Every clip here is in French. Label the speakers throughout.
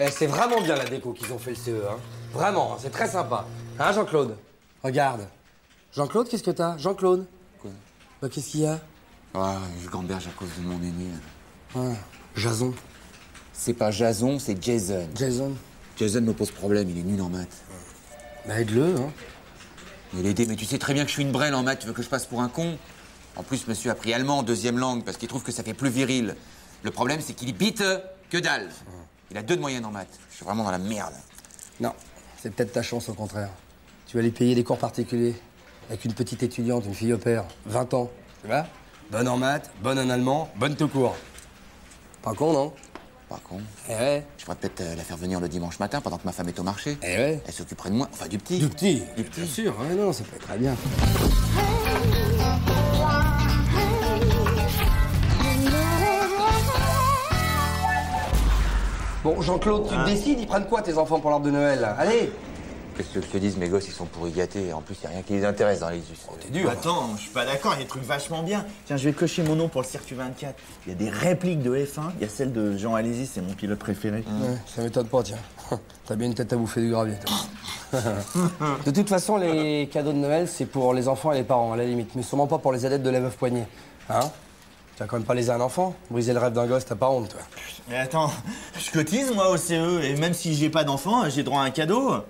Speaker 1: Eh, c'est vraiment bien la déco qu'ils ont fait le CE. Hein. Vraiment, hein, c'est très sympa. Hein, Jean-Claude Regarde. Jean-Claude, qu'est-ce que t'as Jean-Claude
Speaker 2: Quoi
Speaker 1: Bah, qu'est-ce qu'il y a
Speaker 2: Ah, je gamberge à cause de mon aîné.
Speaker 1: Ah, Jason.
Speaker 2: C'est pas Jason, c'est Jason.
Speaker 1: Jason.
Speaker 2: Jason me pose problème, il est nul en maths.
Speaker 1: Bah, aide-le, hein.
Speaker 2: Il est aidé, mais tu sais très bien que je suis une brêle en maths, tu veux que je passe pour un con En plus, monsieur a pris allemand, deuxième langue, parce qu'il trouve que ça fait plus viril. Le problème, c'est qu'il bite que dalle. Il a deux de moyenne en maths. Je suis vraiment dans la merde.
Speaker 1: Non, c'est peut-être ta chance, au contraire. Tu vas lui payer des cours particuliers. Avec une petite étudiante, une fille au père, 20 ans. Tu vois Bonne en maths, bonne en allemand, bonne tout court. Pas con, non
Speaker 2: Par contre,
Speaker 1: Eh ouais.
Speaker 2: je pourrais peut-être euh, la faire venir le dimanche matin pendant que ma femme est au marché.
Speaker 1: Eh ouais.
Speaker 2: Elle s'occuperait de moi, enfin du petit.
Speaker 1: Du petit.
Speaker 2: Du petit.
Speaker 1: Bien sûr, ouais, non, ça peut être très bien. Bon, Jean-Claude, tu te décides, ils prennent quoi tes enfants pour l'arbre de Noël là Allez
Speaker 2: Qu'est-ce que je te dis, mes gosses, ils sont pourris gâtés. En plus, il a rien qui les intéresse dans les us.
Speaker 1: T'es dur.
Speaker 3: Attends, je suis pas d'accord, il y a des trucs vachement bien. Tiens, je vais cocher mon nom pour le Circuit 24. Il y a des répliques de F1, il y a celle de Jean Alési, c'est mon pilote préféré.
Speaker 1: Mm. Ouais, Eh, ça m'étonne pas, tiens. T'as bien une tête à bouffer du gravier, toi. de toute façon, les cadeaux de Noël, c'est pour les enfants et les parents, à la limite, mais sûrement pas pour les adeptes de la veuve poignée. Hein Tu as quand même pas lésé un enfant Briser le rêve d'un gosse, t'as pas honte, toi.
Speaker 3: Mais attends, je cotise moi au CE, et même si j'ai pas d'enfant, j'ai droit à un cadeau.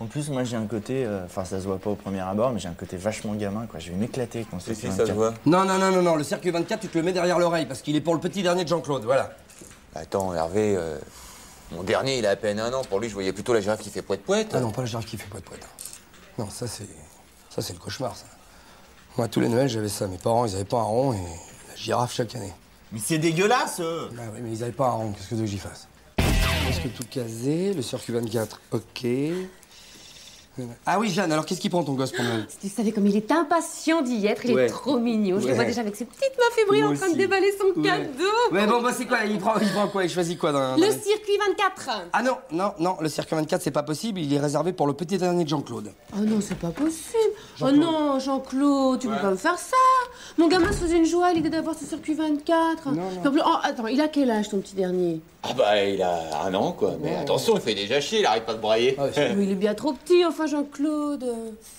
Speaker 3: En plus, moi j'ai un côté, euh, enfin ça se voit pas au premier abord, mais j'ai un côté vachement gamin, quoi. Je vais m'éclater avec mon Circuit 24.
Speaker 1: Non, non, non, non, non, le circuit 24, tu te le mets derrière l'oreille parce qu'il est pour le petit dernier de Jean-Claude, voilà.
Speaker 2: Attends, Hervé, euh, mon dernier, il a à peine un an. Pour lui, je voyais plutôt la girafe qui fait poète-poète.
Speaker 1: Ah non, pas la girafe qui fait poète poète. Non, ça c'est. Ça c'est le cauchemar, ça. Moi, tous les Noëls, j'avais ça. Mes parents, ils avaient pas un rond et la girafe chaque année.
Speaker 3: Mais c'est dégueulasse euh.
Speaker 1: Ah oui, mais ils avaient pas un rond, qu'est-ce que tu veux que j'y fasse Est-ce que tout casé Le circuit 24, ok. Ah oui, Jeanne, alors qu'est-ce qu'il prend ton gosse pour Noël
Speaker 4: Tu savais comme il est impatient d'y être, il
Speaker 1: Ouais.
Speaker 4: est trop mignon. Je
Speaker 1: Ouais.
Speaker 4: le vois déjà avec ses petites mains fébriles en train de déballer son cadeau.
Speaker 1: Ouais, bon, bah c'est quoi il prend, il prend quoi Il choisit quoi d'un.
Speaker 4: Le
Speaker 1: d'un-
Speaker 4: circuit 24
Speaker 1: Ah non, non, non, le circuit 24, c'est pas possible, il est réservé pour le petit dernier de Jean-Claude.
Speaker 4: Oh non, c'est pas possible. Oh non, Jean-Claude, tu peux pas me faire ça. Mon gamin se faisait une joie à l'idée d'avoir ce circuit 24. Puis en plus- oh, attends, il a quel âge ton petit dernier
Speaker 2: Ah bah, il a un an, quoi. Mais attention, il fait déjà chier, il arrête pas de brailler.
Speaker 1: Ah
Speaker 4: Mais Il est bien trop petit, enfin Jean-Claude.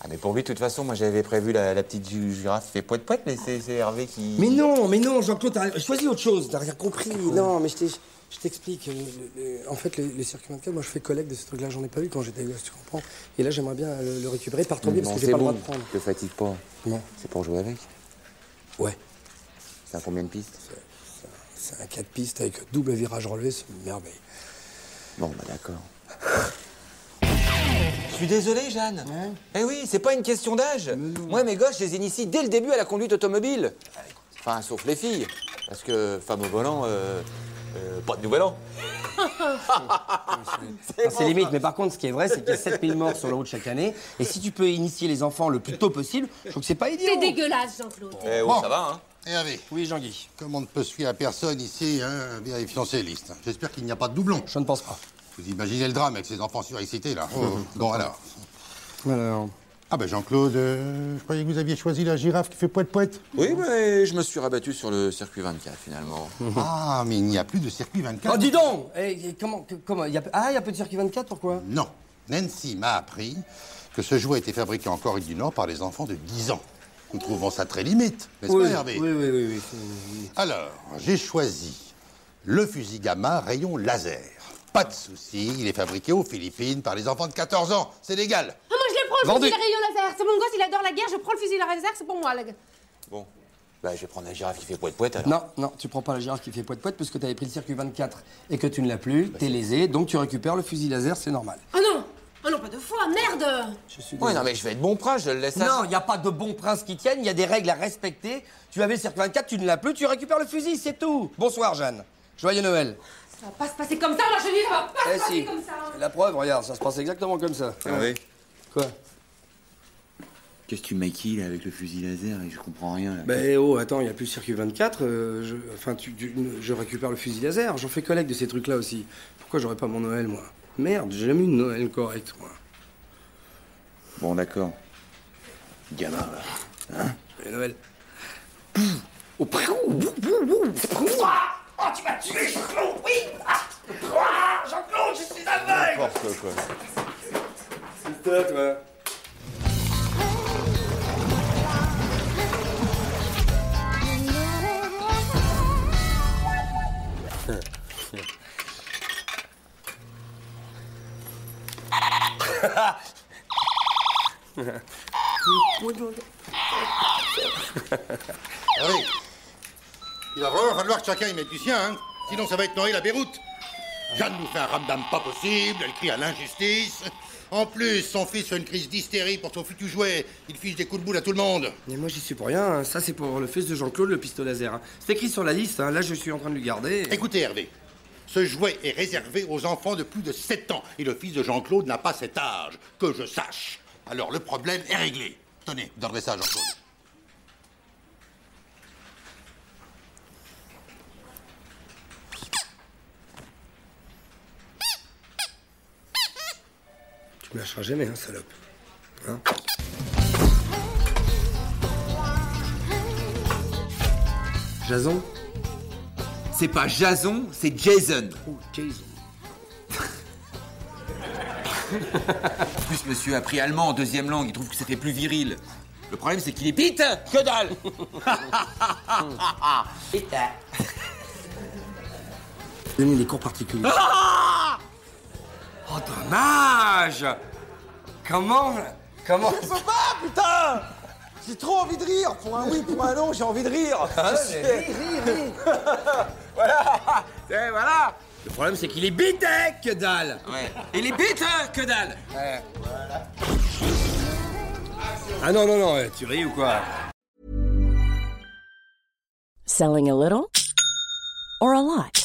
Speaker 2: Ah, mais pour lui, de toute façon, moi, j'avais prévu la, la petite gi- girafe qui fait poète-poète, mais c'est c'est Hervé qui...
Speaker 1: Mais non, mais non, Jean-Claude, t'as choisi autre chose, t'as rien compris. Ah, Non, mais je t'ai- je t'explique. euh, le- le- En fait, le, le circuit 24, moi je fais collègue de ce truc-là, j'en ai pas eu quand j'étais gosse, tu comprends. Et là, j'aimerais bien euh, le, le récupérer par ton biais parce que j'ai pas le droit de prendre.
Speaker 2: te fatigue pas.
Speaker 1: Non.
Speaker 2: C'est pour jouer avec.
Speaker 1: Ouais,
Speaker 2: C'est un combien de pistes
Speaker 1: c'est un 4 pistes avec double virage relevé, c'est une merveille.
Speaker 2: Bon, bah d'accord. Je suis désolé, Jeanne. Eh oui, c'est pas une question d'âge. Moi, mes gosses, je les initie dès le début à la conduite automobile. Enfin, sauf les filles. Parce que femme au volant, euh, euh, pas de nouvel an.
Speaker 1: Alors, C'est limite, mais par contre, ce qui est vrai, c'est qu'il y a 7000 morts sur la route chaque année. Et si tu peux initier les enfants le plus tôt possible, je trouve que c'est pas idiot.
Speaker 4: T'es dégueulasse, Jean-Claude.
Speaker 2: Eh, ouais,
Speaker 5: Bon.
Speaker 2: ça va, hein
Speaker 5: Hervé,
Speaker 1: Oui, Jean-Guy,
Speaker 5: comme on ne peut se fier à personne ici, hein, vérifions ces listes. J'espère qu'il n'y a pas de doublons.
Speaker 1: je ne pense pas.
Speaker 5: Vous imaginez le drame avec ces enfants surexcités, là.
Speaker 1: Oh.
Speaker 5: Bon, alors.
Speaker 1: Alors.
Speaker 5: Ah ben, Jean-Claude, euh, je croyais que vous aviez choisi la girafe qui fait poète-poète.
Speaker 2: Oui, mais je me suis rabattu sur le circuit 24, finalement.
Speaker 5: Ah, mais il n'y a plus de circuit 24.
Speaker 1: Oh, dis donc Eh, eh, Comment, que- comment il y a... Ah, il y a peu de circuit 24, pourquoi
Speaker 5: Non. Nancy m'a appris que ce jouet était fabriqué en Corée du Nord par les enfants de 10 ans. Nous trouvons ça très limite, n'est-ce pas, Hervé
Speaker 1: oui, oui, oui. oui.
Speaker 5: Alors, j'ai choisi le fusil gamma rayon laser. Pas de souci, il est fabriqué aux Philippines par les enfants de 14 ans. C'est légal.
Speaker 4: Ah, moi je les prends, le
Speaker 1: Vendu.
Speaker 4: fusil à rayon laser. C'est mon gosse, il adore la guerre, je prends le fusil à laser, c'est pour moi. La... guerre.
Speaker 2: Bon, bah je vais prendre la girafe qui fait poète-poète, alors.
Speaker 1: Non, non, tu prends pas la girafe qui fait poète poète parce que t'avais pris le circuit 24 et que tu ne l'as plus, t'es lésé, donc tu récupères le fusil laser, c'est normal.
Speaker 4: Oh non, oh non, pas peu de foi, merde
Speaker 1: Je suis
Speaker 2: Ouais,
Speaker 1: désolé.
Speaker 2: non, mais je vais être bon prince, je le laisse à-
Speaker 6: Non, il n'y a pas de bon prince qui tienne, il y a des règles à respecter. Tu avais le cirque 24, tu ne l'as plus, tu récupères le fusil, c'est tout. Bonsoir, Jeanne. Joyeux Noël.
Speaker 4: Ça va pas se passer comme ça, moi je dis, ça va pas
Speaker 1: Eh
Speaker 4: se passer
Speaker 1: si,
Speaker 4: comme ça hein.
Speaker 1: la preuve, regarde, ça se passe exactement comme ça.
Speaker 2: Ah ouais
Speaker 1: Quoi
Speaker 2: Qu'est-ce que tu maquilles là, avec le fusil laser et je comprends rien là.
Speaker 1: Ben oh, attends, il n'y a plus le circuit 24. euh, je, enfin, tu- tu- je récupère le fusil laser. J'en fais collègue de ces trucs-là aussi. Pourquoi j'aurais pas mon Noël, moi Merde, j'ai jamais eu de Noël correct, moi.
Speaker 2: Bon, d'accord. Gamin, là.
Speaker 1: Et Noël Ah. Oh, tu m'as tué, Jean-Claude Oui Jean-Claude, je suis aveugle N'importe quoi. C'est toi, toi.
Speaker 5: Ah oui. Il va vraiment falloir que chacun y mette du sien, hein. Sinon, ça va être Noël à Beyrouth. Jeanne nous fait un ramdam pas possible, elle crie à l'injustice. En plus, son fils fait une crise d'hystérie pour son foutu jouet. Il fiche des coups de boule à tout le monde.
Speaker 1: Mais moi j'y suis pour rien, hein. ça c'est pour le fils de Jean-Claude, le pistolet laser. hein. C'est écrit sur la liste, hein. là je suis en train de lui garder. et-
Speaker 5: Écoutez, Hervé, ce jouet est réservé aux enfants de plus de 7 ans. Et le fils de Jean-Claude n'a pas cet âge, que je sache. Alors, le problème est réglé. Tenez, vous donnerez ça à Jean-Claude.
Speaker 1: Tu me lâcheras jamais, hein, salope. Hein Jason
Speaker 2: C'est pas Jason, c'est Jason.
Speaker 1: Oh, Jason.
Speaker 2: En plus, monsieur a appris allemand en deuxième langue, il trouve que ça fait plus viril. Le problème, c'est qu'il est pite Que dalle
Speaker 1: Donner des cours particuliers. oh, dommage Comment Comment
Speaker 6: Je peux pas, putain J'ai trop envie de rire. Pour un oui, pour un non, j'ai envie de rire. Je suis-
Speaker 2: Voilà Et voilà
Speaker 1: Le problème, c'est qu'il est bité, que dalle
Speaker 2: Ouais. Et les bites, que dalle
Speaker 1: Ah non, non, non, euh, tu ris ou quoi
Speaker 7: Selling a little or a lot?